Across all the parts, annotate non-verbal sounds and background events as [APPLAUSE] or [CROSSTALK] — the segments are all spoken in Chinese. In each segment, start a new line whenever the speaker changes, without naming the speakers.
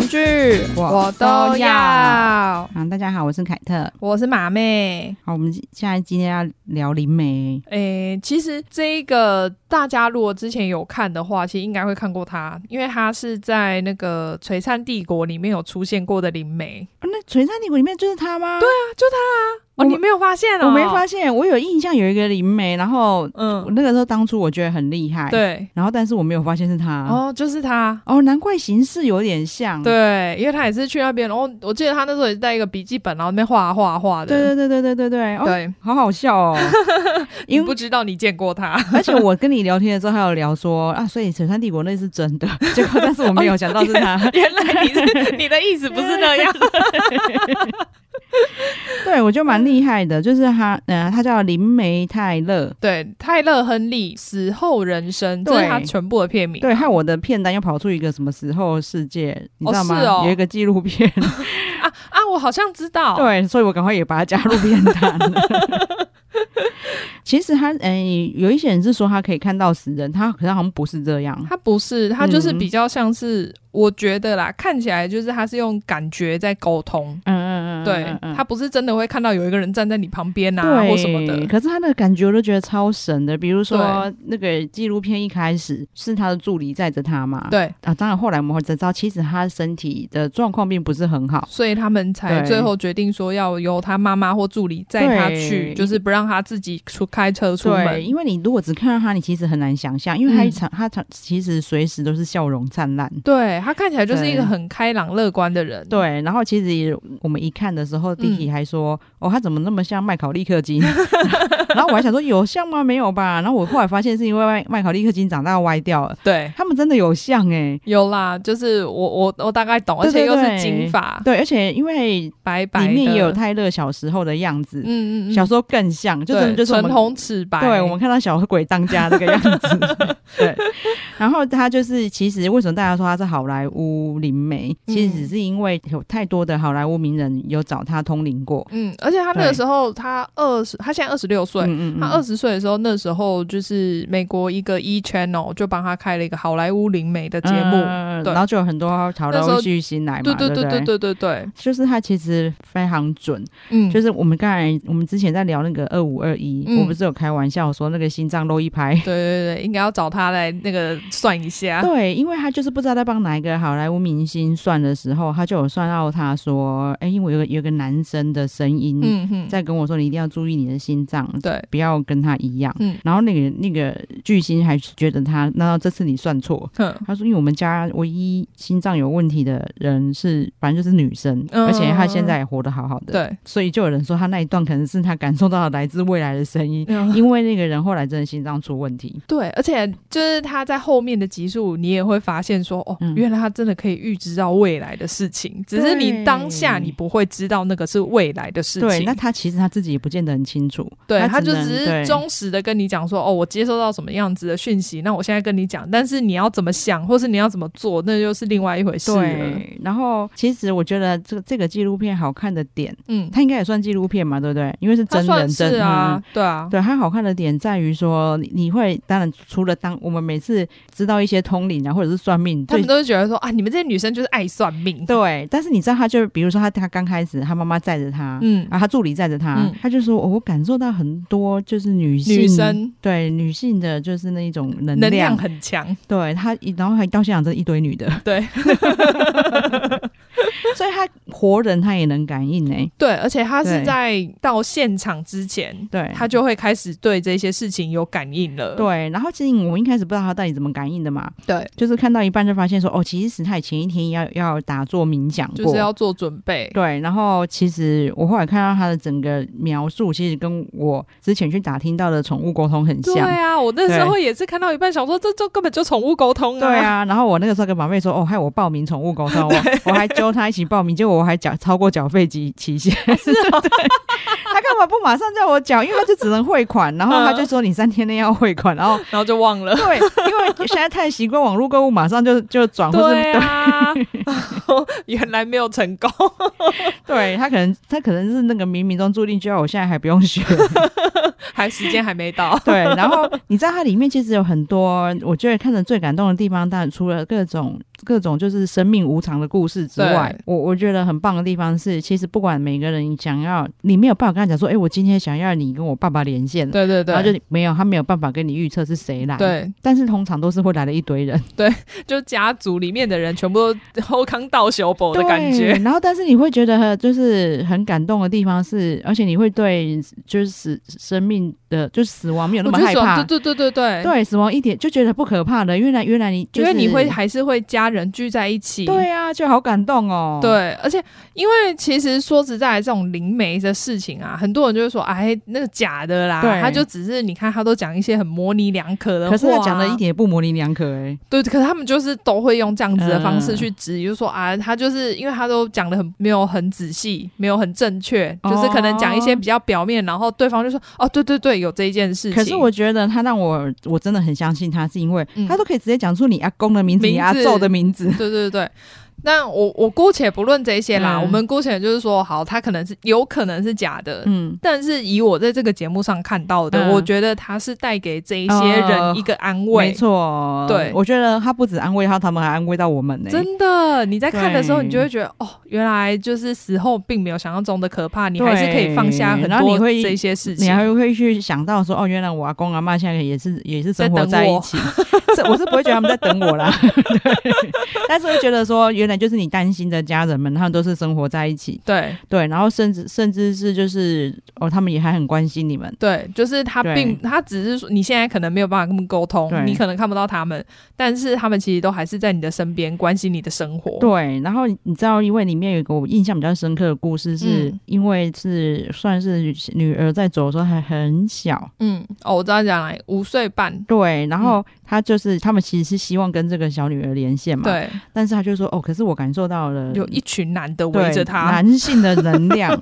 事
我
我
都
都
要
要。
好，大家好，我是凯特。
我是马妹。
好，我们现在今天要聊灵媒，
诶、其实这一个大家如果之前有看的话，其实应该会看过她，因为她是在那个《璀璨帝国》里面有出现过的灵媒。
哦、那《璀璨帝国》里面就是他吗？对啊，
哦，
我
你没有发现哦？
我没发现，我有印象有一个灵媒，然后我
嗯，
那个时候当初我觉得很厉害，，
对，
然后但是我没有发现是他。哦
哦，就是她。
难怪形式有点像。
对，因为她也是去那边，然后我记得她那时候也是带一个笔记本，然后那边画啊画啊画的。
对对对对对对对，哦，
对，
好好笑 [LAUGHS] 哦。
你
因
不
为
知道你见过她， [LAUGHS]
而且我跟你聊天的时候还有聊说啊，所以《璀璨帝国》那是真 [LAUGHS] 的，结果但是我没有想到是 [LAUGHS] 他。
原来你是你的意思不是那样。
对，我觉得蛮厉害的，就是他，呃，他叫林梅泰勒，
对，泰勒·亨利《死后人生》这是
对
他全部的片名。
对，害我的片单又跑出一个什么时候世界，你知道吗？
是哦
有一个纪录片， [LAUGHS]
啊啊，我好像知道。
对，所以我赶快也把它加入片单。
[LAUGHS]
其实他，哎、有一些人是说他可以看到死人，他可是好像不是这样。
它不是，它就是
嗯
比较像是，我觉得啦，看起来就是它是用感觉在沟通，
嗯嗯嗯，
对
嗯，嗯
它不是真的会看到有一个人站在你旁边啊
对
或什么的，
可是他的感觉我都觉得超神的。比如说那个纪录片一开始是他的助理载着他嘛，
对，
啊，当然后来我们会知道，其实他身体的状况并不是很好。
所以他们才
对
最后决定说要由他妈妈或助理载他去，
对
就是不让他自己出开车出
对，
门，
因为你如果只看到他，你其实很难想象，因为他一
嗯
场、他常其实随时都是笑容灿烂。
对他看起来就是一个
对
很开朗乐观的人，
对，然后其实也我们一看的时候，
嗯
弟弟还说：“哦，他怎么那么像麦考利克
[LAUGHS]
金？”然后我还想说有像吗？没有吧。然后我后来发现是因为麦麦考利克金长大歪掉了，
对，
他们真的有像哎、
有啦，就是我我我大概懂，而
对
且
对
又是
对
金发
对，而且因为里
白啊白的，
面也有泰勒小时候的样子，
嗯嗯嗯，
小时候更像，就真的
对
就是我们
唇红齿白，
对，我们看到小鬼当家这个样
[LAUGHS]
子。对，然后他就是，其实为什么大家说他是好莱坞灵媒，
嗯
其实只是因为有太多的好莱坞名人有找他通灵过。
嗯，而且他那个
对
时候，他二十，他现在二十六岁，
嗯
他二十岁的时候，那时候就是美国一个 E Channel 就帮他开了一个好莱坞灵媒的节目，
嗯
对
然后就有很多好莱
那时候
坞巨星来嘛，
对对
嗯对
对
不
对。对对对，
就是他其实非常准，
嗯，
就是我们刚才我们之前在聊那个二五二一，
嗯
我不是有开玩笑说那个心脏漏一拍，
对对对，应该要找他来那个算一下，
对，因为他就是不知道在帮哪一个好莱坞明星算的时候，他就有算到他说，哎、因为有个有个男生的声音，
嗯哼，
再跟我说你一定要注意你的心脏，
对，
不要跟他一样。
嗯
然后那个那个巨星还觉得他，难道这次你算错？
哼，
他说，因为我们家唯一心脏有问题的人是，反正就是女生，
嗯
而且她现在也活得好好的。，
对，
所以就有人说他那一段可能是他感受到了来自未来的声音，
嗯
因为那个人后来真的心脏出问题。
对，而且就是他在后面的集数，你也会发现说，哦，
嗯
原来他真的可以预知到未来的事情，只是你
对
当下你不会知道那个是未来的事情，
对，那他其实他自己也不见得很清楚，
对，他
他
就
能
只是
对
忠实的跟你讲说，哦，我接收到什么样子的讯息，那我现在跟你讲，但是你要怎么想，或是你要怎么做，那又是另外一回事了。
对，然后其实我觉得这这个纪录片好看的点，
嗯，
它应该也算纪录片嘛，对不对？因为是
他
真
算
人真
是
嗯
啊，对啊，
对，它好看的点在于说，你你会当然除了当我们每次知道一些通灵啊，或者是算命，
他
最
们都会觉得说啊，你们这些女生就是爱算命。
对，但是你知道，他就比如说他他刚开始，他妈妈载着他，
嗯，
啊，他助理载着他，
嗯
他就说、哦我感受到很多就是女性
女生
对女性的就是那一种能量，
能量很强，
对他，然后还到现场这一堆女的，
对，
所以他活人他也能感应哎、
对，而且他是
对
在到现场之前，
对，
他就会开始对这些事情有感应了。
哎对，啊然后其实我们一开始不知道他到底怎么感应的嘛，
对，
就是看到一半就发现说，哦，其实他也前一天要要打坐冥想过，
就是要做准备。
对。然后其实我后来看到他的整个描述，其实跟我之前去打听到的宠物沟通很
对
像。
啊，我那时
对
候也是看到一半，想说这这根本就宠物沟通
对啊，然后我那个时候跟宝妹说，哦，害我报名宠物沟通，我 [LAUGHS] 我还揪她一起报名，结果我还缴超过缴费期期
[LAUGHS]
限，
啊
是 [LAUGHS]
哦
对，她干嘛不马上叫我缴？因为她就只能汇款，然后她就说你三天内要汇款，然后
然后就忘
[LAUGHS]
了。
对，因为现在太习惯网络购物，马上就就转或是
对啊， [LAUGHS] 原来没有成功。 [LAUGHS]
对他可能他可能是那个冥冥中注定，就要我现在还不用
[LAUGHS]
学。
还时间还没到。
对，然后你知道它里面其实有很多，我觉得看着最感动的地方，当然除了各种各种就是生命无常的故事之外
对，
我我觉得很棒的地方是，其实不管每个人想要，你没有办法跟他讲说，哎、我今天想要你跟我爸爸连线，
对对
然后
对，
就没有他没有办法跟你预测是谁来，，
对，
但是通常都是会来了一堆人
就家族里面的人全部都后康到修补的
对
感觉，
然后但是你会觉得就是很感动的地方是，而且你会对就是死生命的就是死亡没有那么
我就
害
爽
怕，
对对对对对。
对死亡一点就觉得不可怕的，原来原来你、就是、
因为你会还是会家人聚在一起，
对啊，就好感动哦。
对，而且因为其实说实在，这种灵媒的事情啊，很多人就会说，哎，那个假的啦
对，
他就只是你看，他都讲一些很模棱两可的话啊、
可是他讲的一点也不模棱两可哎、
对，可是他们就是都会用这样子的方式
嗯
去质疑，就说啊，他就是因为他都讲的很没有很仔细，没有很正确，就是可能讲一
哦
些比较表面，然后对方就说哦，对对对，有这一件事情。
可是我觉得他让我我真的很相信他，是因为
嗯
他都可以直接讲出你阿公的名字、
名字
你阿昼的名字。
对对对。那我我姑且不论这些啦，
嗯
我们姑且就是说，好，他可能是有可能是假的，
嗯，
但是以我在这个节目上看到的，
嗯
我觉得他是带给这一些人一个安慰。
没错，
对
我觉得他不止安慰他，他们还安慰到我们呢、欸
真的，你在看的时候，
对
你就会觉得哦，原来就是死后并没有想象中的可怕，你
对
还是可以放下很
然后
多
你会
这些事
你
情。
还会去想到说，哦，原来我阿公阿妈现在也是也是生活
在
在
等
一
我
起， [LAUGHS] 是我是不会觉得他们在等我啦， [LAUGHS] 对，但是会觉得说，原来就是你担心的家人们，他们都是生活在一起，
对
对，然后甚至甚至是就是哦，他们也还很关心你们，
对，就是他
对
并他只是说你现在可能没有办法跟他们沟通
对，
你可能看不到他们，但是他们其实都还是在你的身边，关心你的生活。
对，然后你知道，因为里面有一个我印象比较深刻的故事是，
嗯
因为是算是女儿在走的时候还很小，
嗯，哦，我知道你讲来五岁半，
对，然
嗯
后她就是、他们其实是希望跟这个小女儿连线嘛，，
对，
但是她就说哦，可是我感受到了
有一群男的
对
围着他，
男性的能
[LAUGHS]
量，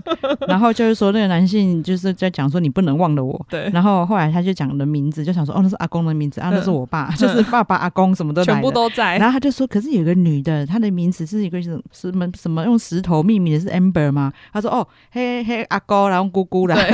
然后就是说那个男性就是在讲说你不能忘了
[LAUGHS]
我。
对，
然后后来他就讲了名字，就想说哦那是阿公的名字啊，那是我爸，就是爸爸阿公什么都来
嗯全部
了
都在。
然后他就说，可是有个女的，她的名字是一个什什么什么用石头命名的，是 Amber 吗？他说哦，嘿嘿阿哥，然后姑姑啦。 [LAUGHS]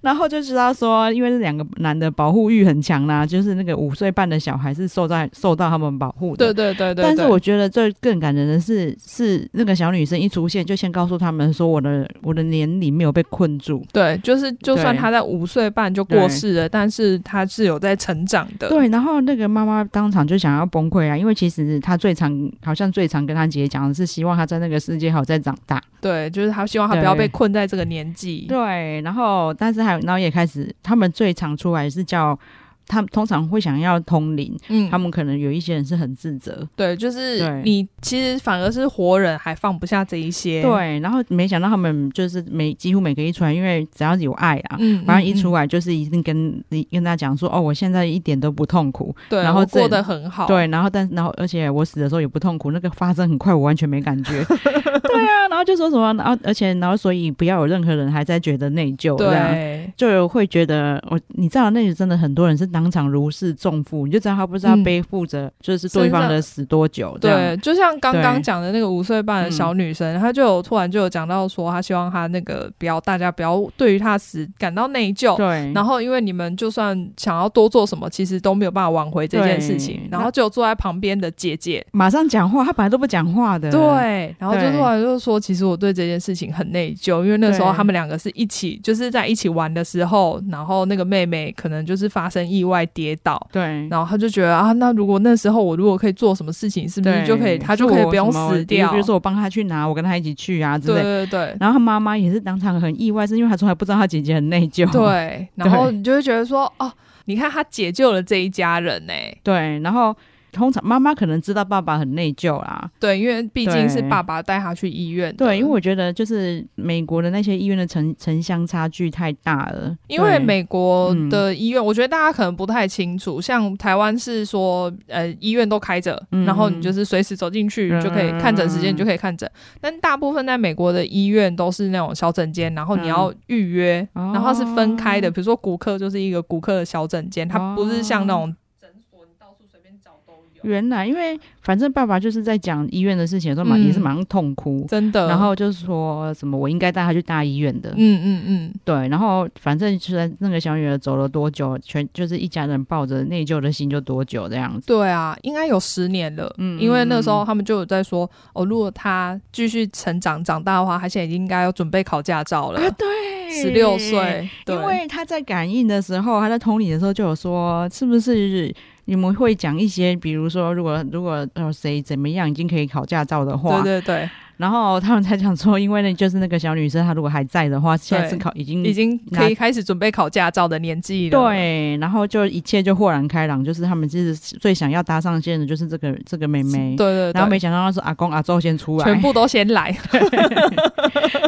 然后就知道说，因为这两个男的保护欲很强啦、就是那个五岁半的小孩是受在受到他们保护的。
对对对对，
但是
对
我觉得最更感人的是，是那个小女生一出现就先告诉他们说，我的我的年龄没有被困住。
对，就是就算
对
他在五岁半就过世了，但是他是有在成长的。
对，然后那个妈妈当场就想要崩溃啊，因为其实她最常好像最常跟她姐姐讲的是，希望她在那个世界好再长大。
对就是他希望他不要被困在这个年纪。
对，然后但是还有，然后也开始他们最常出来是叫。他们通常会想要通灵，
嗯
他，们可能有一些人是很自责，
对，就是
对
你其实反而是活人还放不下这一些。，
对，然后没想到他们就是每几乎每个一出来，因为只要有爱啊，
嗯，
反正一出
来，
来就是一定跟你跟他讲说，哦，我现在一点都不痛苦，
对，
然后
我
这
过得很好。
对，然后但然后而且我死的时候也不痛苦，那个发生很快，我完全没感
[LAUGHS]
觉。对啊，然后就说什么，然后而且然后所以不要有任何人还在觉得内疚，这样
对，
就会觉得我你知道那里真的很多人是当场如释重负，你就知道他不知道
嗯
背负着就是对方的死多久，这样
对，就像刚
对嗯
刚讲的那个五岁半的小女生，她就有突然就有讲到说，她希望她那个不要大家不要对于她的死感到内疚。
对，
然后，因为你们就算想要多做什么，其实都没有办法挽回这件事
对
情。然后，就坐在旁边的姐姐，
马上讲话，他本来都不讲话的，
对，然后就
对
突然就说，其实我对这件事情很内疚，因为那时候
对
他们两个是一起，就是在一起玩的时候，然后那个妹妹可能就是发生意外跌倒。
对。
然后他就觉得啊，那如果那时候我如果可以做什么事情，是不
对，
是就可以，他
是
就可以
我
不用
什么
死掉？
比如说我帮他去拿，我跟他一起去啊之类
对
的。
对对
然后他妈妈也是当场很意外，是因为她从来不知道她姐姐很内疚。
对，然后你就会觉得说，哦，你看他解救了这一家人欸呢、
[LAUGHS] 对，然后通常妈妈可能知道爸爸很内疚啦。
对，因为毕竟是
对
爸爸带他去医院的。
对，因为我觉得就是美国的那些医院的城城乡差距太大了。
因为
对
美国
嗯
的医院，我觉得大家可能不太清楚，像台湾是说，呃，医院都开着，
嗯
然后你就是随时走进去
嗯
就可以看诊时间，你就可以看诊。但大部分在美国的医院都是那种小诊间，然后你要预约，
哦
然后是分开的。
哦
比如说骨科就是一个骨科的小诊间，它不是像那种诊所你到处随便找都有。哦，
原来因为反正爸爸就是在讲医院的事情的时候嘛，
嗯
也是马上痛哭，
真的。
然，后就说什么我应该带他去大医院的，
嗯嗯嗯，
对，然后反正就是那个小女儿走了多久，全就是一家人抱着内疚的心就多久这样子。
对啊，应该有十年了。
嗯
因为那时候他们就有在说，哦，如果他继续成长长大的话，他现在应该要准备考驾照
啊
了，
对
十六。岁。对，
嗯因为他在感应的时候，他在通灵的时候就有说，是不是你们会讲一些，比如说，如果如果呃谁怎么样已经可以考驾照的话，
对对对，
然后他们才讲说，因为那就是那个小女生，她如果还在的话，现在是考已经
已经可以开始准备考驾照的年纪了。，
对，然后就一切就豁然开朗，就是他们其实最想要搭上线的就是这个这个妹妹
对。对对，
然后没想到是阿公阿周先出来，
全部 [LAUGHS] 都先来。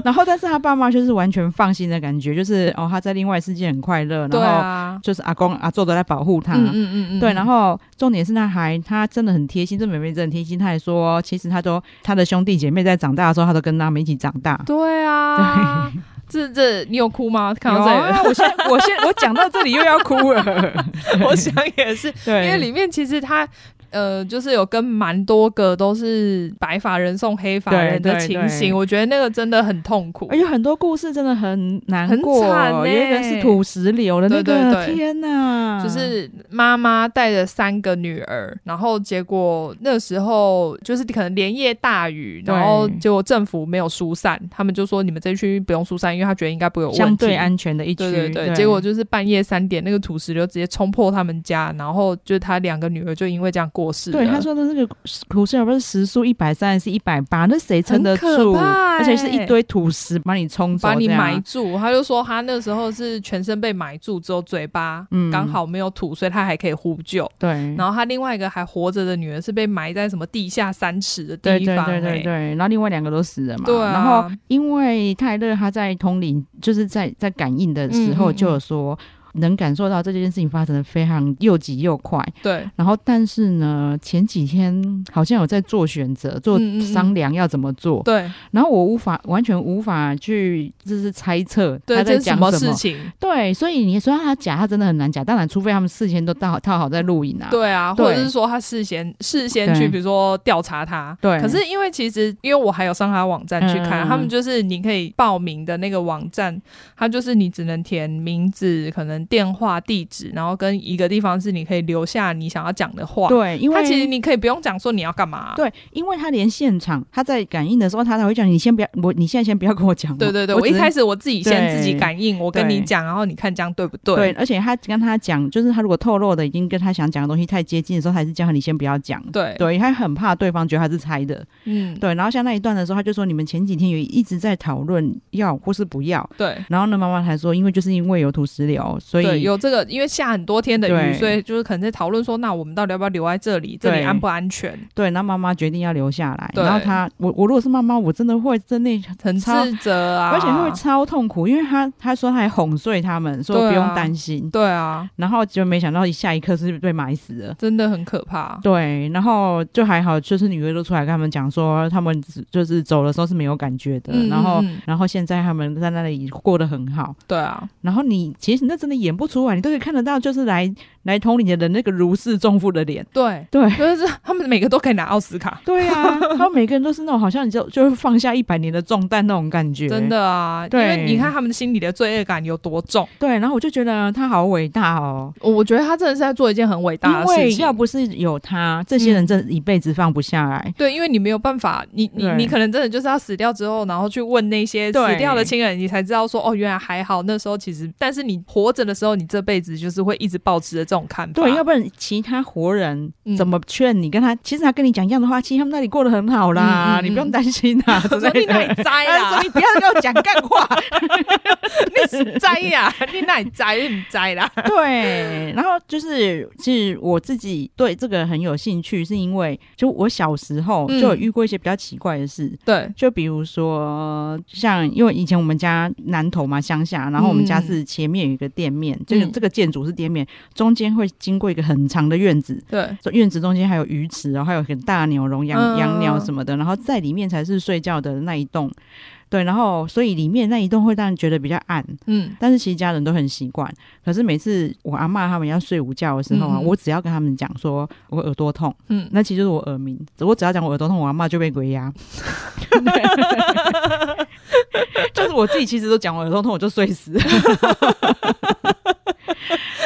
然后但是他爸妈就是完全放心的感觉，就是哦他在另外世界很快乐，
对
然后
啊，
就是阿公阿周都在保护他，
嗯嗯嗯嗯，
对，然后重点是他还他真的很贴心，这妹妹真的很贴心，他还说其实他都他的兄弟姐妹在长大的时候，他都跟他们一起长大。
对啊，这这你有哭吗？看到
有
这
[LAUGHS] 啊，我现在我现在我讲到这里又要哭 [LAUGHS] 了，
里， [LAUGHS] 我想也是，
对，
因为里面其实他。呃，就是有跟蛮多个都是白发人送黑发人的
对对
情
对
形，我觉得那个真的很痛苦
而。且哎很多故事真的很难
很
过，
惨
有
欸
一个是土石流的那个，
对对对
天哪，
就是妈妈带着三个女儿，然后结果那时候就是可能连夜大雨，
对
然后结果政府没有疏散，他们就说你们这区不用疏散，因为他觉得应该不会有问题。
相对安全的一区，
对对对，结果就是半夜三点，那个土石流直接冲破他们家，然后就是他两个女儿就因为这样过世了。
对他说的那个土石流不是时速一百三是一百八，那谁撑得
很可
住？
怕欸
而且是一堆土石把你冲走，
把你
这样
埋住，他就说他那时候是全身被埋住，只有嘴巴
嗯
刚、好没有吐，所以他还可以呼救。
对，
然后他另外一个还活着的女儿是被埋在什么地下三尺的
对
地
对
方、
对对
欸
对，然后另外两个都死了嘛。
对啊
然后因为泰勒他在通灵，就是在在感应的时候
嗯嗯嗯
就有说，能感受到这件事情发生的非常又急又快。
对
然后但是呢，前几天好像有在做选择，做
嗯嗯嗯
商量要怎么做。
对
然后我无法完全无法去，就是猜测他
对，
在
这是什
讲
么
什
事
么。啊
情？
对，所以你说他假，他真的很难假。当然，除非他们事先都套好套好在录影啊。
对啊，
对
或者是说他事先事先去，
对
比如说调查他。
对
可是因为其实，因为我还有上他网站去看，
嗯
他们就是你可以报名的那个网站，它就是你只能填名字、可能电话、地址，然后跟一个地方是你可以留下你想要讲的话。，
对，因为
它其实你可以不用讲说你要干嘛。
对，因为他连现场他在感应的时候，他才会讲你先不要，我你现在先不要跟我讲。
对对对，
我
我一
只是
开始我自己先
对
自己感应，我跟
对
你讲，然后你看这样对不
对，
对？
而且他跟他讲，就是他如果透露的已经跟他想讲的东西太接近的时候，他还是叫他你先不要讲。
对
对，他很怕对方觉得他是猜的。
嗯，
对，然后像那一段的时候，他就说你们前几天有一直在讨论要或是不要，
对。
然后呢，妈妈还说因为就是因为有土石流，所
对，
以
有这个，因为下很多天的雨，
对
所以就是可能在讨论说，那我们到底要不要留在这里？这里
对
安不安全？
对，然后妈妈决定要留下来。
对
然后他，我我如果是妈妈，我真的会真的
很自
超
责啊，
而且会超痛苦，因为他他说他还哄睡他们，
对
说
啊
不用担心，
对啊，
然后就没想到下一刻是被埋死了。
真的很可怕。
对，然后就还好，就是女儿都出来跟他们讲说，他们只就是走的时候是没有感觉的，
嗯
然后
嗯嗯
然后现在他们在那里过得很好。
对啊，
然后你其实那真的演不出来，你都可以看得到，就是来来同理的人那个如释重负的脸。
对，
对，
[LAUGHS] 就是他们每个都可以拿奥斯卡，
对 [LAUGHS] 啊，然后每个人都是那种好像你就就会放下一百年的重担那种感觉，
真。的啊，因
对
为你看他们心里的罪恶感有多重。
对，然后我就觉得他好伟大哦，
我觉得他真的是在做一件很伟大
因
的事
为
情，
要不是有他，这些人
嗯
真的一辈子放不下来。
对，因为你没有办法，你你
对
你可能真的就是要死掉之后，然后去问那些
对
死掉的亲人，你才知道说哦，原来还好，那时候其实，但是你活着的时候，你这辈子就是会一直保持着这种看法。
对，要不然其他活人
嗯 [LAUGHS]
怎么劝你？跟他、其实他跟你讲一样的话，其实他们那里过得很好啦，
嗯嗯嗯
你不用担心
[LAUGHS]
啊之
我说
类
你哪
[LAUGHS]
里
的。
[LAUGHS] 栽
他
啦
说：“你？不要跟我讲干话。
哎
[LAUGHS]
你栽 [LAUGHS] 呀、你哪里栽？你不栽啦？”
对，然后就是，是我自己对这个很有兴趣，是因为就我小时候
嗯
就有遇过一些比较奇怪的事，
对，
就比如说，像因为以前我们家南头嘛，乡下，然后我们家是前面有一个店面，这个
嗯
这个建筑是店面，中间会经过一个很长的院子，
对，
这院子中间还有鱼池，然后还有很大牛笼、养
嗯
养鸟什么的，然后在里面才是睡觉的那一栋。对，然后所以里面那一栋会让人觉得比较暗，
嗯，
但是其实家人都很习惯。可是每次我阿嬷他们要睡午觉的时候啊，
嗯
我只要跟他们讲说我耳朵痛，
嗯
那其实就是我耳鸣，我只要讲我耳朵痛，我阿嬷就被鬼压。就是我自己其实都讲我耳朵痛，我就睡死。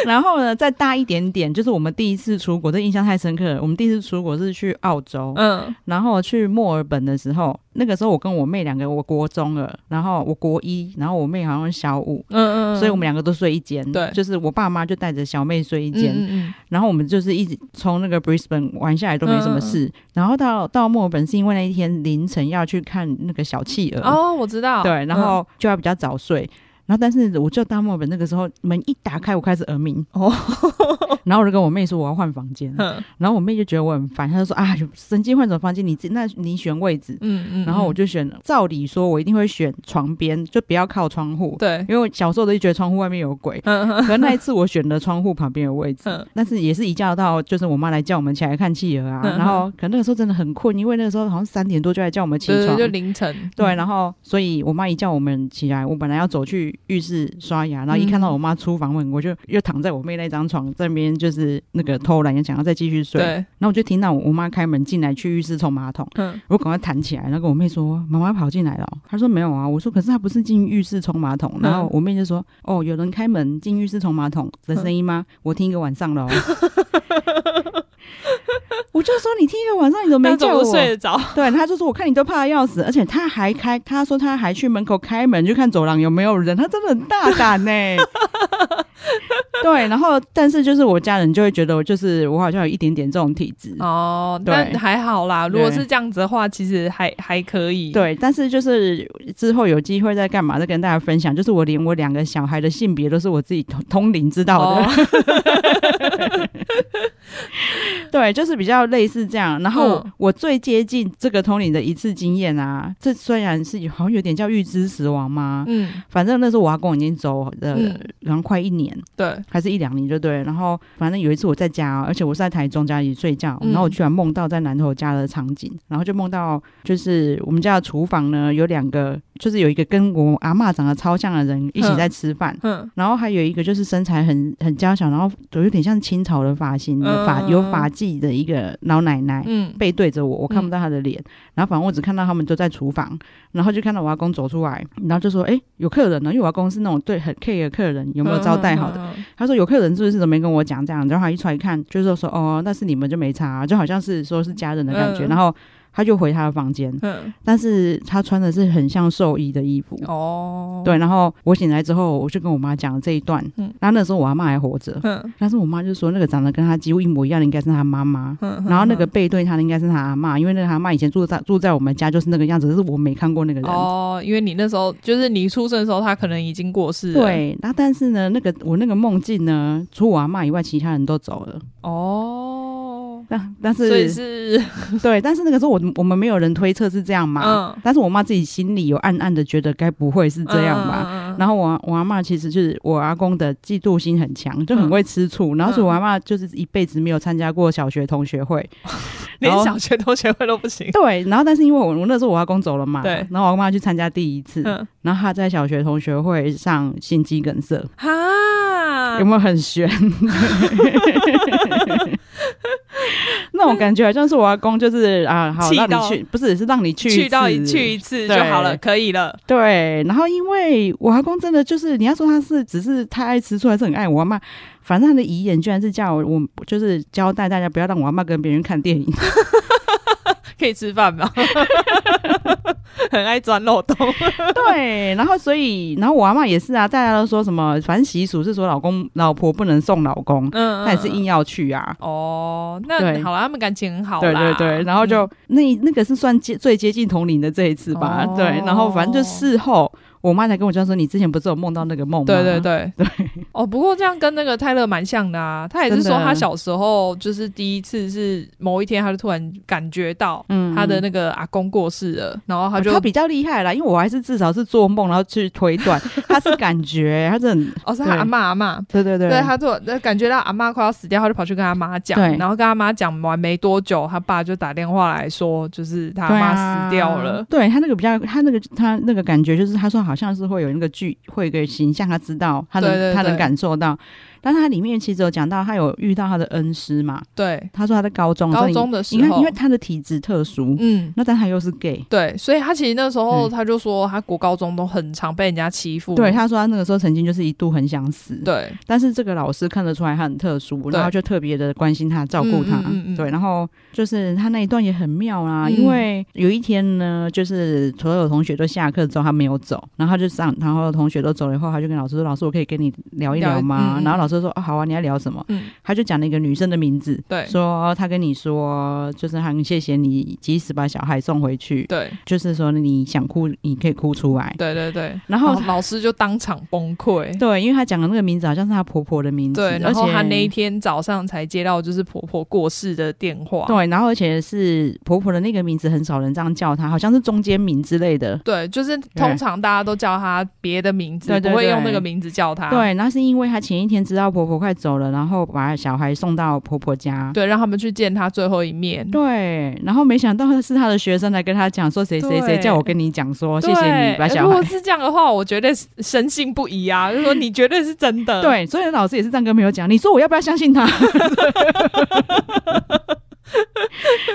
然后呢，再大一点点，就是我们第一次出国，这印象太深刻了。我们第一次出国是去澳洲，
嗯
然后去墨尔本的时候，那个时候我跟我妹两个，我国中了，然后我国一，然后我妹好像小五，
嗯嗯，
所以我们两个都睡一间。
对
就是我爸妈就带着小妹睡一
一
间，
嗯
然后我们就是一直从那个 Brisbane 玩下来都没什
嗯
么事。然后到到墨尔本是因为那一天凌晨要去看那个小企鹅，
嗯哦，嗯我知道，
对，然后就要比较早睡。然后，但是我就到墨尔本那个时候，门一打开，我开始耳鸣哦， [LAUGHS] 然后我就跟我妹说我要换房间，
嗯
然后我妹就觉得我很烦，她就说啊，神经换什么房间？你自那你选位置，
嗯嗯，
然后我就选，照理说我一定会选床边，就不要靠窗户，
对，
因为我小时候都觉得窗户外面有鬼。
嗯嗯
可是那一次我选的窗户旁边有位置，
嗯
但是也是一觉到就是我妈来叫我们起来看企鹅啊，
嗯
然后可能那个时候真的很困，因为那个时候好像三点多就来叫我们起
对，
床，
就凌晨，
对，然后所以我妈一叫我们起来，我本来要走去浴室刷牙，然后一看
嗯
到我妈出房门，我就又躺在我妹那张床这边，就是那个偷懒，也想要再继续睡。
对，
然后我就听到我妈开门进来去浴室冲马桶，
嗯
我赶快弹起来，然后跟我妹说：“妈妈跑进来了哦。”她说：“没有啊。”我说：“可是她不是进浴室冲马桶。”然
嗯
后我妹就说：“哦，有人开门进浴室冲马桶的声音吗？我听一个晚上了哦。” [LAUGHS] 我就说：“你听一个晚上，你都没
那怎
叫
么
我。”
睡得着？
[LAUGHS] 对，他就说我看你都怕的要死，而且他还开，他说他还去门口开门去看走廊有没有人，他真的很大胆
[LAUGHS]
呢、对，然后但是就是我家人就会觉得我就是我好像有一点点这种体质。
哦，
对
但还好啦。如果
对
是这样子的话，其实还还可以。，
对，但是就是之后有机会再干嘛，再跟大家分享。就是我连我两个小孩的性别都是我自己通通灵知道的，
哦，
[LAUGHS]
[LAUGHS]
对，就是比较类似这样。然后
嗯
我最接近这个通灵的一次经验啊，这虽然是好像有点叫预知死亡吗？
嗯，
反正那时候我阿公已经走了，
嗯
然后快一年
对，
还是一两年就对了。然后反正有一次我在家，而且我是在台中家里睡觉，
嗯
然后我居然梦到在南头家的场景，然后就梦到就是我们家的厨房呢有两个，就是有一个跟我阿嬷长得超像的人一起在吃饭。
嗯
然后还有一个就是身材很很娇小，然后有点像清朝的发型的发、
嗯
有发髻的一个老奶奶，
嗯，
背对着我，我看不到他的脸。然后反正我只看到他们都在厨房，然后就看到我阿公走出来，然后就说：“哎、有客人呢。”因为我阿公是那种对很 care 的客人有没有招待好的。
嗯？嗯嗯
他说：“有客人是不是都没跟我讲这样？”然后他一出来一看，就是说：“哦，那是你们就没差啊、就好像是说是家人的感觉。
嗯
然后他就回他的房间，
嗯，
但是他穿的是很像兽医的衣服。
嗯哦，，
对，然后我醒来之后，我就跟我妈讲了这一段。
嗯
然后那时候我阿妈还活着，
嗯
但是我妈就说那个长得跟她几乎一模一样的应该是她妈妈。
嗯，
然后那个背对他的应该是他阿嬷，因为那个阿嬷以前住在住在我们家就是那个样子，可是我没看过那个人。
哦，因为你那时候就是你出生的时候，他可能已经过世了。，
对，那但是呢，那个我那个梦境呢，除我阿嬷以外，其他人都走了。
哦，
但但
所以
是
是 [LAUGHS]
对，但是那个时候我我们没有人推测是这样嘛，
嗯，
但是我妈自己心里有暗暗的觉得该不会是这样吧。
吧
然后我阿我阿嬷其实就是我阿公的嫉妒心很强，就很
嗯
会吃醋。然后所以我阿嬷就是一辈子没有参加过小学同学会，
连
然后
小学同学会都不行。
[LAUGHS] 对，然后但是因为我我那时候我阿公走了嘛，
对
然后我阿妈去参加第一次，
嗯，
然后他在小学同学会上心肌梗塞，
[LAUGHS] 哈嗯
有，没有很
[LAUGHS]
悬？那种感觉好像是我阿公，就是啊，好
气
让你
到
去，不是是让你去
去到
一
一
次
去一次就好
对
了，可以了。
对。然后因为我阿公真的就是，你要说他是只是太爱吃醋，还是很爱我阿妈，反正他的遗言居然是叫我，我就是交代大家不要让我阿妈跟别人看电影。
可以吃饭 [LAUGHS] 吗？很爱钻漏洞。 [LAUGHS]
对，然后所以，然后我阿妈也是啊，大家都说什么，反正习俗是说老公老婆不能送老公，
嗯
她也是硬要去啊。
哦，
对
那好了，他们感情很好
对
啦。嗯
对对，然后就、那那个是算接最接近同龄的这一次吧，
哦
对，然后反正就事后，我妈才跟我讲说，你之前不是有梦到那个梦吗？
嗯对对对， [LAUGHS] 哦，不过这样跟那个泰勒蛮像的啊，他也是说
真的
他小时候就是第一次是某一天，他就突然感觉到
嗯
他的那个阿公过世了，然后他
哦
就
他比较厉害啦，因为我还是至少是做梦，然后去推
[LAUGHS]
断，他是感觉，他是很
哦是他
对
阿嬷阿嬷。
对对对
对他做，那感觉到阿嬷快要死掉，他就跑去跟他妈讲
对，
然后跟他妈讲完没多久，他爸就打电话来说，就是他
对
妈
啊
死掉了。
对他那个比较，他那个他那个感觉就是，他说好像是会有那个剧，会有一个形象，他知道，他能
对对对
他能感受到。但是他里面其实有讲到，他有遇到他的恩师嘛，
对，
他说他在高中，
高中的
的
时
你看，
候
哦因为他的体质特殊，
嗯，
那但他又是 gay，
对，所以他其实那时候
嗯
他就说，他国高中都很常被人家欺负。
对，他说他那个时候曾经就是一度很想死，，
嗯对，
但是这个老师看得出来他很特殊，
对
然后就特别的关心他、照顾他，
嗯嗯嗯嗯
对，然后就是他那一段也很妙啦、
嗯
因为有一天呢，就是所有同学都下课之后，他没有走，然后他就上，然后同学都走了以后，他就跟老师说：“老师，我可以跟你聊一聊吗？”
聊嗯嗯
然后老师说：“哦，好啊，你要聊什么？”
嗯，
他就讲了一个女生的名字，
对，
说哦他跟你说，就是很谢谢你，及时把小孩送回去，
对，
就是说你想哭，你可以哭出来。
对哦对对。
然
然
后
后老师就当场崩溃。
对，因为他讲的那个名字好像是他婆婆的名字，
对，然
而
后
且
她那一天早上才接到就是婆婆过世的电话。
对，然后而且是婆婆的那个名字很少人这样叫她，好像是中间名之类的。
对，就是通常大家都叫她别的名字，
对对
不会
对
用那个名字叫她。
对，啊那是因为她前一天知道婆婆快走了，然后把小孩送到婆婆家。
对，让他们去见她最后一面。
对，然后没想到是她的学生来跟她讲说，谁谁谁
对
叫我跟你讲说，哦谢
对
谢你把小
如
孩
果。是这样的话，我绝对是深信不疑
[LAUGHS]
啊，就说你绝对是真的。，
呃对，所以老师也是这样跟没有讲，你说我要不要相信他？
[LAUGHS]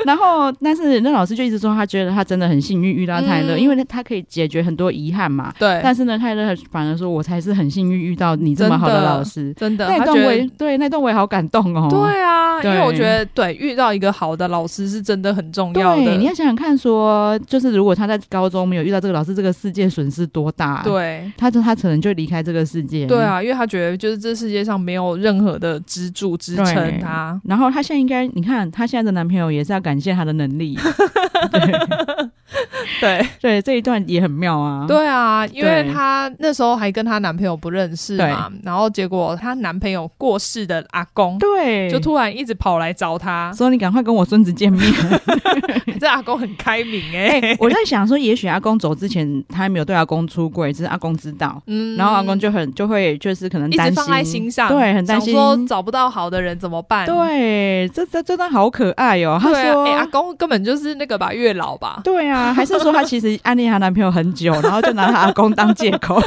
然后，但是那老师就一直说，他觉得他真的很幸运遇到泰勒，
嗯
因为他可以解决很多遗憾嘛。
对，
但是呢，泰勒反而说，我才是很幸运遇到你这么好
真
的
的
老师。
真的，
那
她
段
觉
我
得
也对那段我也好感动哦。
对啊，因为
对
我觉得对遇到一个好的老师是真的很重要
对，
的。
你要想想看说就是如果他在高中没有遇到这个老师，这个世界损失多大？，
对
他就他可能就离开这个世界。
对。啊，因为他觉得就是这世界上没有任何的支柱支撑他。
然后她现在应该，你看她现在的男朋友也是要感谢她的能
[LAUGHS]
力，
对
对这一段也很妙啊。
对啊，因为
对
她那时候还跟她男朋友不认识嘛，然后结果她男朋友过世的阿公
对，
就突然一直跑来找她，
说你赶快跟我孙子
[LAUGHS]
见面。
这阿公很开明哎、
我在想说，也许阿公走之前，他还没有对阿公出柜，只是阿公知道，
嗯
然后阿公。就很就会就是可能
一直
担心
放在心上，
对，很担心。
想说找嗯不到好的人怎么办？
对，这这这段好可爱哦、他
对啊，
说。
哎、阿公根本就是那个吧，月老吧，
对啊，还是说她其实暗恋她男朋友很久，然后就拿她阿公当借
[LAUGHS]
口。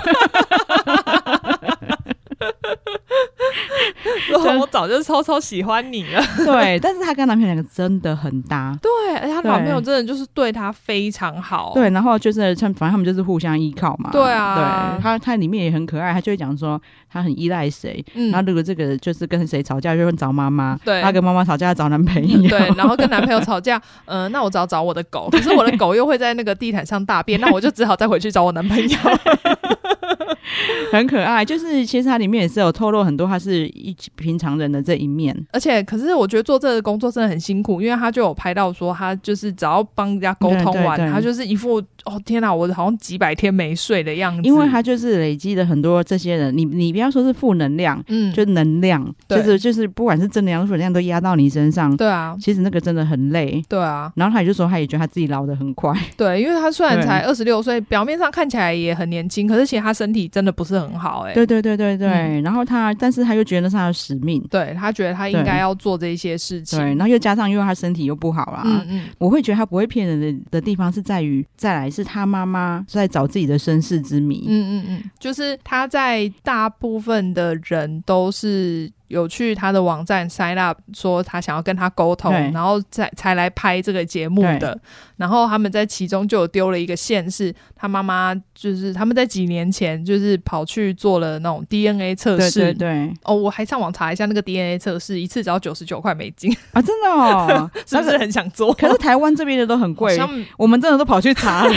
说我早就超超喜欢你了。
对，但是她跟她男朋友两个真的很搭。
对，而且哎她男
对
朋友真的就是对她非常好。
对，然后就是像反正他们就是互相依靠嘛。
对啊
对，她她里面也很可爱，她就会讲说她很依赖谁，
嗯，
然后如果这个就是跟谁吵架，就会找妈妈。
对
她跟妈妈吵架找男朋友。
对，然后
[LAUGHS]
跟男朋友吵架，嗯、那我只好找我的狗，可是我的狗又会在那个地毯上大便，那我就只好再回去找我男朋
[LAUGHS]
友。
很可爱。就是其实它里面也是有透露很多，他是一平常人的这一面。
而且，可是我觉得做这个工作真的很辛苦，因为他就有拍到说，他就是只要帮人家沟通完，
对对对
他就是一副哦天哪，我好像几百天没睡的样子。
因为他就是累积了很多这些人，你你不要说是负能量，
嗯，
就能量，
对
就是就是不管是正能量、负能量都压到你身上，
对啊，
其实那个真的很累。
对啊，
然后他也就说，他也觉得他自己老得很快，
对，因为他虽然
对
才二十六岁，表面上看起来也很年轻，可是其实他身体真的不是很好、欸，哎，
对对对对对。
嗯
然后他，但是他又觉得那是他的使命，
对他觉得他应
对
该要做这些事情
对。。然后又加上，因为他身体又不好啦，
嗯嗯，
我会觉得他不会骗人的的地方是在于，再来是他妈妈在找自己的身世之谜。
嗯嗯嗯，就是他在大部分的人都是有去他的网站 sign up，说他想要跟他沟通，
对
然后再才来拍这个节目的。然后他们在其中就有丢了一个线，是他妈妈就是他们在几年前就是跑去做了那种 DNA 测
对
试。
对对，
哦，我还上网查一下那个 DNA 测试，一次只要九十九块美金，
啊，真的哦，
[LAUGHS] 是
那
不是
个
很想做？
可是台湾这边的都很贵
好，像
我们真的都跑去查
[LAUGHS]
了。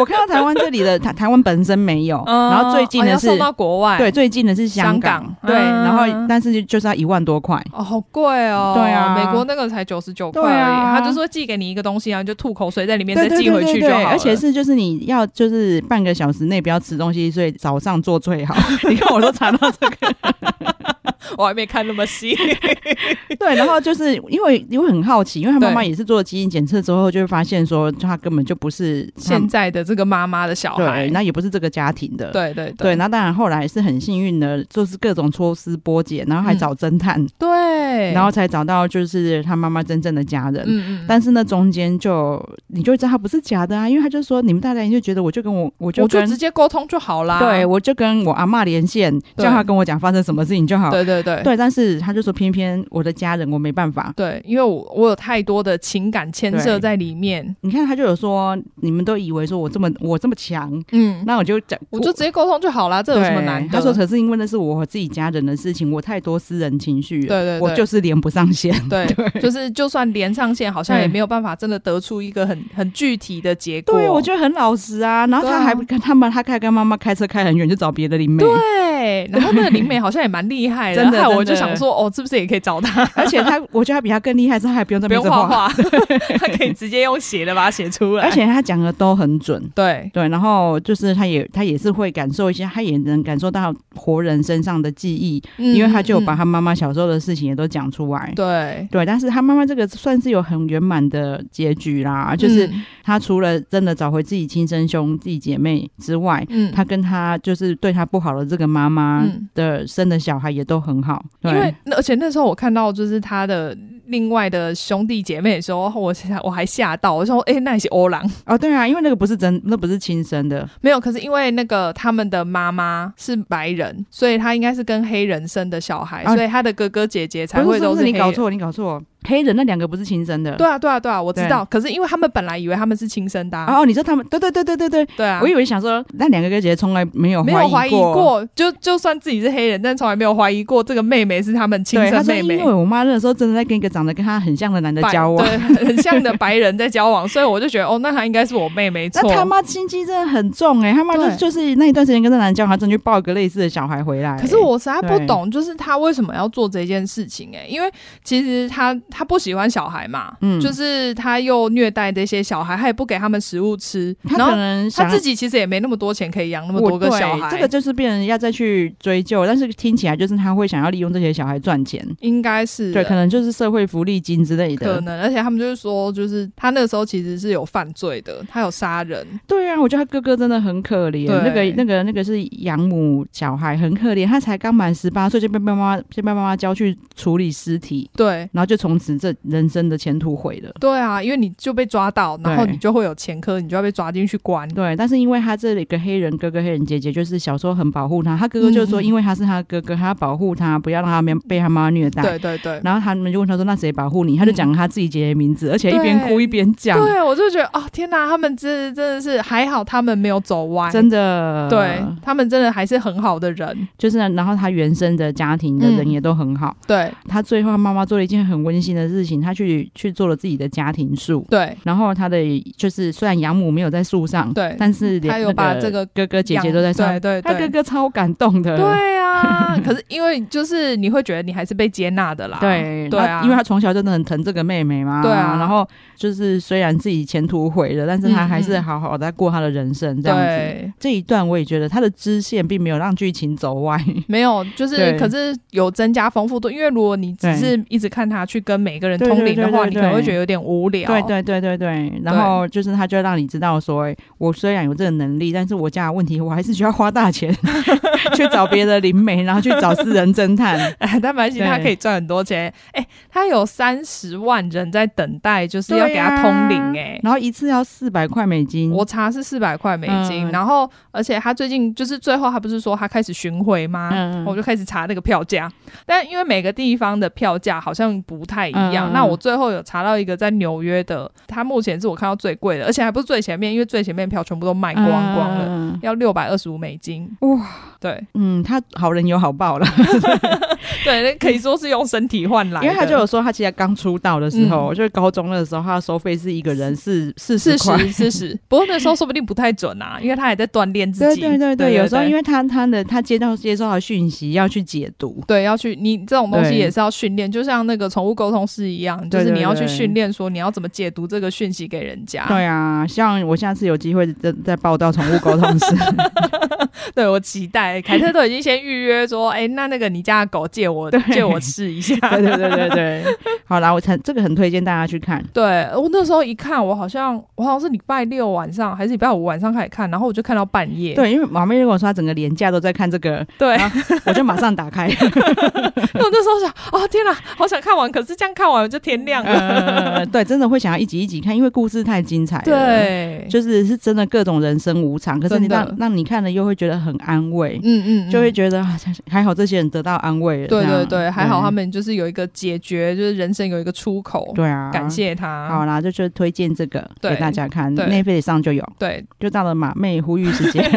我看到台湾这里的台台湾本身没有，
嗯
然后最近
哦
的
要
是、
送到国外，
对最近的是香
香港
港，
嗯
对，然后
啊
但是就就是要一万多块。
哦，好贵哦！
对啊
美国那个才九十九块
对
而
啊
已，他就说寄给你一个东西，然后你就吐口水在里面，
对
再
对
寄
对
回去
对
就好
对，
了。
而且是就是你要就是半个小时内不要吃东西，所以早上做最
[LAUGHS]
好。你看我都查到这个，
我还没看那
[LAUGHS]
么细。
对，然后就是因为因为很好奇，因为他妈妈
对
也是做基因检测之后，就会发现说他根本就不是他
现在的这个妈妈的小孩
对，，那也不是这个家庭的，
对对
对，
对
那当然后来是很幸运的，就是各种抽丝剥茧，然后还找侦探，
嗯对，
然后才找到就是他妈妈真正的家人。
嗯嗯，
但是呢，中间就你就知道他不是假的啊，因为他就说你们大家就觉得我就跟我我就
我就
跟
直接沟通就好啦。
对我就跟我阿嬷连线，
对
叫他跟我讲发生什么事情就好。
对对对
对，但是他就说偏偏我的家人我没办法。
对，因为我我有太多的情感牵涉
对
在里面，
你看他就有说你们都以为说我这么我这么强，
嗯，
那我就讲
我就直接沟通就好啦，这有什么难的？
对他说：“可是因为那是我自己家人的事情，我太多私人情绪了，
对对对
我就是连不上线。
对，
对
就是就算连上线，好像也
对
没有办法真的得出一个很很具体的结果。
[LAUGHS] 对，我觉得很老实啊。啊然后
对啊
他还跟他们，他开跟妈妈开车开很远，就找别的灵媒。
对，然后那个灵媒好像也蛮厉害
[LAUGHS]
的，
真的
然后我
真
就
的
想说，哦，是不是也可以找他？
[LAUGHS] 而且他，我觉得他比他更厉害，是他还不用在
不
那
用
边
画
画，
画， [LAUGHS] 他可以直接用写的把它写出来。
[LAUGHS] 而且他讲的都很准。
对，
对，然后就是他也他也是会感受一些，他也能感受到活人身上的记忆，因为他就有把
嗯
他妈妈小时候的事情也都讲出来。
嗯对，
对，但是他妈妈这个算是有很圆满的结局啦，就是
嗯
他除了真的找回自己亲生兄弟姐妹之外，
嗯
他跟他就是对他不好的这个妈妈
嗯
的生的小孩也都很好，对
因为那而且那时候我看到就是他的另外的兄弟姐妹的时候，我吓我还吓到，我说哎、那也是欧郎
哦对啊，因为那个不是真，那不是亲生的，
没有，可是因为那个他们的妈妈是白人，所以他应该是跟黑人生的小孩，
啊
所以他的哥哥姐姐才
不
会
是
都
不是你
黑人
搞。错，你搞错，黑人那两个不是亲生的，
对啊，对啊，对啊，我知
对
道。可是因为他们本来以为他们是亲生的、啊，
哦，你说他们对对对对对对，
对啊，
我以为想说那两个哥姐从来没有
没有怀
怀
疑
过。
过，就就算自己是黑人，但从来没有怀疑过这个妹妹是他们亲
对，他
生
说
妹
因
妹。
为我妈那时候真的在跟一个长得跟她很像的男的
白
交往，
对，很像的白人在交往， [LAUGHS] 所以我就觉得，哦，那她应该是我妹没错
那。他妈心机真的很重哎、他妈
对
就就是那一段时间跟这男的交往，他真的去抱一个类似的小孩回来、欸
可是我实在不懂，就是他为什么要做这件事情、欸？哎，因为其实他他不喜欢小孩嘛，
嗯
就是他又虐待这些小孩，他也不给他们食物吃，
他
然
可
后
能
他
想
自己其实也没那么多钱可以养那么
我
多个小孩，
对这个就是变成要再去追究，但是听起来就是他会想要利用这些小孩赚钱，
应该是
对，可能就是社会福利金之类
可
的。
能，而且他们就是说，就是他那个时候其实是有犯罪的，他有杀人，
对啊，我觉得他哥哥真的很可怜，
对
那个那个那个是养母小孩，很可怜，他才刚满十八岁就被妈妈就被妈妈交去处理尸体，
对。
然后就从此这人生的前途毁了。
对啊，因为你就被抓到，然后
对
你就会有前科，你就要被抓进去关。
对，但是因为他这里个黑人哥哥、黑人姐姐，就是小时候很保护他，他哥哥就说，
嗯
因为他是他哥哥，他要保护他，不要让他们被他妈虐待。
对对对，
然后他们就问他说：“那谁保护你？”他就讲他自己姐姐的名字，而且一边哭一边讲，
嗯对我就觉得哦，天哪，他们真的真的是还好，他们没有走歪，
真的，
对他们真的还是很好的人。
就是然后他原生的家庭的人
嗯
也都很好。
对
他最后他妈妈做了一件很温馨的事情，他去去做了自己的家庭树。
对，
然后他的就是虽然养母没有在树上，
对
但是连
他有把这个
哥哥姐姐都在上呃
对，对
他
对，
哥哥超感动的，
对啊。可是因为就是你会觉得你还是被接纳的啦，
对
对啊
他因为他从小真的很疼这个妹妹嘛，
对啊
然后就是虽然自己前途毁了，但是他
嗯
还是
嗯
好好的过他的人生这样子。
对。
这一段我也觉得他的支线并没有让剧情走 [LAUGHS] 歪，
没有，就是
对
可是有增加丰富度，因为如果你只
对
是一直看他去跟每个人
对对
通灵的话，
对对
你可能会
对
觉得有点无聊。
对对对对对，然后就是他就让你知道说，哎我虽然有这个能力，但是我家的问题我还是需要花大钱 [LAUGHS] 去找别的灵媒，然后去找私人侦探，
哎， [LAUGHS] 但蛮行，
对
他可以赚很多钱。哎、他有三十万人在等待，就是要
[LAUGHS] 对
给他
啊
通灵、哎、
然后一次要四百块美金，
我查是四百块美金，
嗯
然后而且他最近就是最后他不是说他开始巡回吗？
嗯嗯
我就开始查那个票价，但因为每个地方的票价好像不太一样。
嗯嗯嗯
那我最后有查到一个在纽约的，他目前是我看到最贵的，而且还不是最前面，因为最前面票全部都卖光光了，
嗯
要六百二十五美金。
哇，
对
嗯，他好人有好报啦。
对，那可以说是用身体换来的，
因为他就有说，他其实刚出道的时候，
嗯
就是高中的时候，他的收费是一个人是四
四
十块。
十四十，不过那时候说不定不太准啊，因为他还在锻炼自
对
己。
对对对，有时候因
为
为他他的他接到接收到的讯息要去解读，
对要去你这种东西
对
也是要训练，就像那个宠物沟通师一样，就
对
是
对
你要去
对
训练说你要怎么解读这个讯息给人家。
对啊，像我下次有机会再再报道宠物沟通
[LAUGHS]
师，
对我期待，凯特都已经先预约说，哎、那那个你家的狗借我
对
借我试一下。
对对对对对，好啦，我才这个很推荐大家去看，
[LAUGHS] 对我那时候一看，我好像我好像是礼拜六晚上还是礼拜五晚上开始看，然后我就看到半夜。
对，因为马妹跟我说她整个廉价都在看这
[LAUGHS]
个，
对，
啊我就马上打
[LAUGHS]
开，
因为我那时候想，哦天哪，好想看完，可是这样看完就天亮了。
呃，对，真的会想要一集一集看，因为故事太精彩了，，
对，
就是是真的各种人生无常，可是你
真的
让让你看了又会觉得很安慰，
嗯嗯嗯，
就会觉得啊还好这些人得到安慰了，
对
这
对
样嗯
对，还好他，们就是有一个解决，就是人生有一个出口，
对啊，
感。谢他。
好啦，就就推荐这个
对
给大家看，
对
内费上就有，
对
就到了马妹呼吁时间。
[LAUGHS]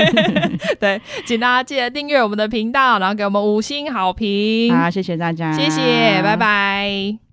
[LAUGHS]
对，请大家记得订阅我们的频道，然后给我们五星好评，
好，谢谢大家，
谢谢，拜拜。